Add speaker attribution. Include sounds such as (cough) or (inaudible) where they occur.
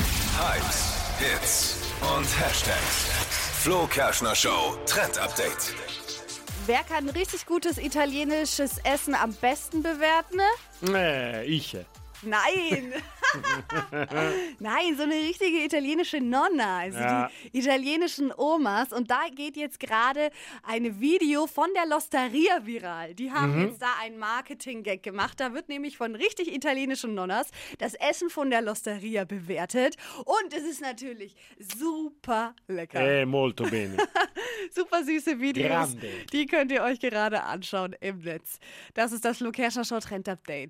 Speaker 1: Hypes, Hits und Hashtags. Flo Kerschner Show Trend Update.
Speaker 2: Wer kann richtig gutes italienisches Essen am besten bewerten?
Speaker 3: Äh, ich. äh.
Speaker 2: Nein. (laughs) Nein, so eine richtige italienische Nonna, also
Speaker 3: Ja.
Speaker 2: die italienischen Omas. Und da geht jetzt gerade ein Video von der Losteria viral. Die haben jetzt da einen Marketing-Gag gemacht. Da wird nämlich von richtig italienischen Nonnas das Essen von der Losteria bewertet. Und es ist natürlich super lecker.
Speaker 3: Eh, molto bene.
Speaker 2: Super süße Videos.
Speaker 3: Grande.
Speaker 2: Die könnt ihr euch gerade anschauen im Netz. Das ist das Lukerscher Show Trend Update.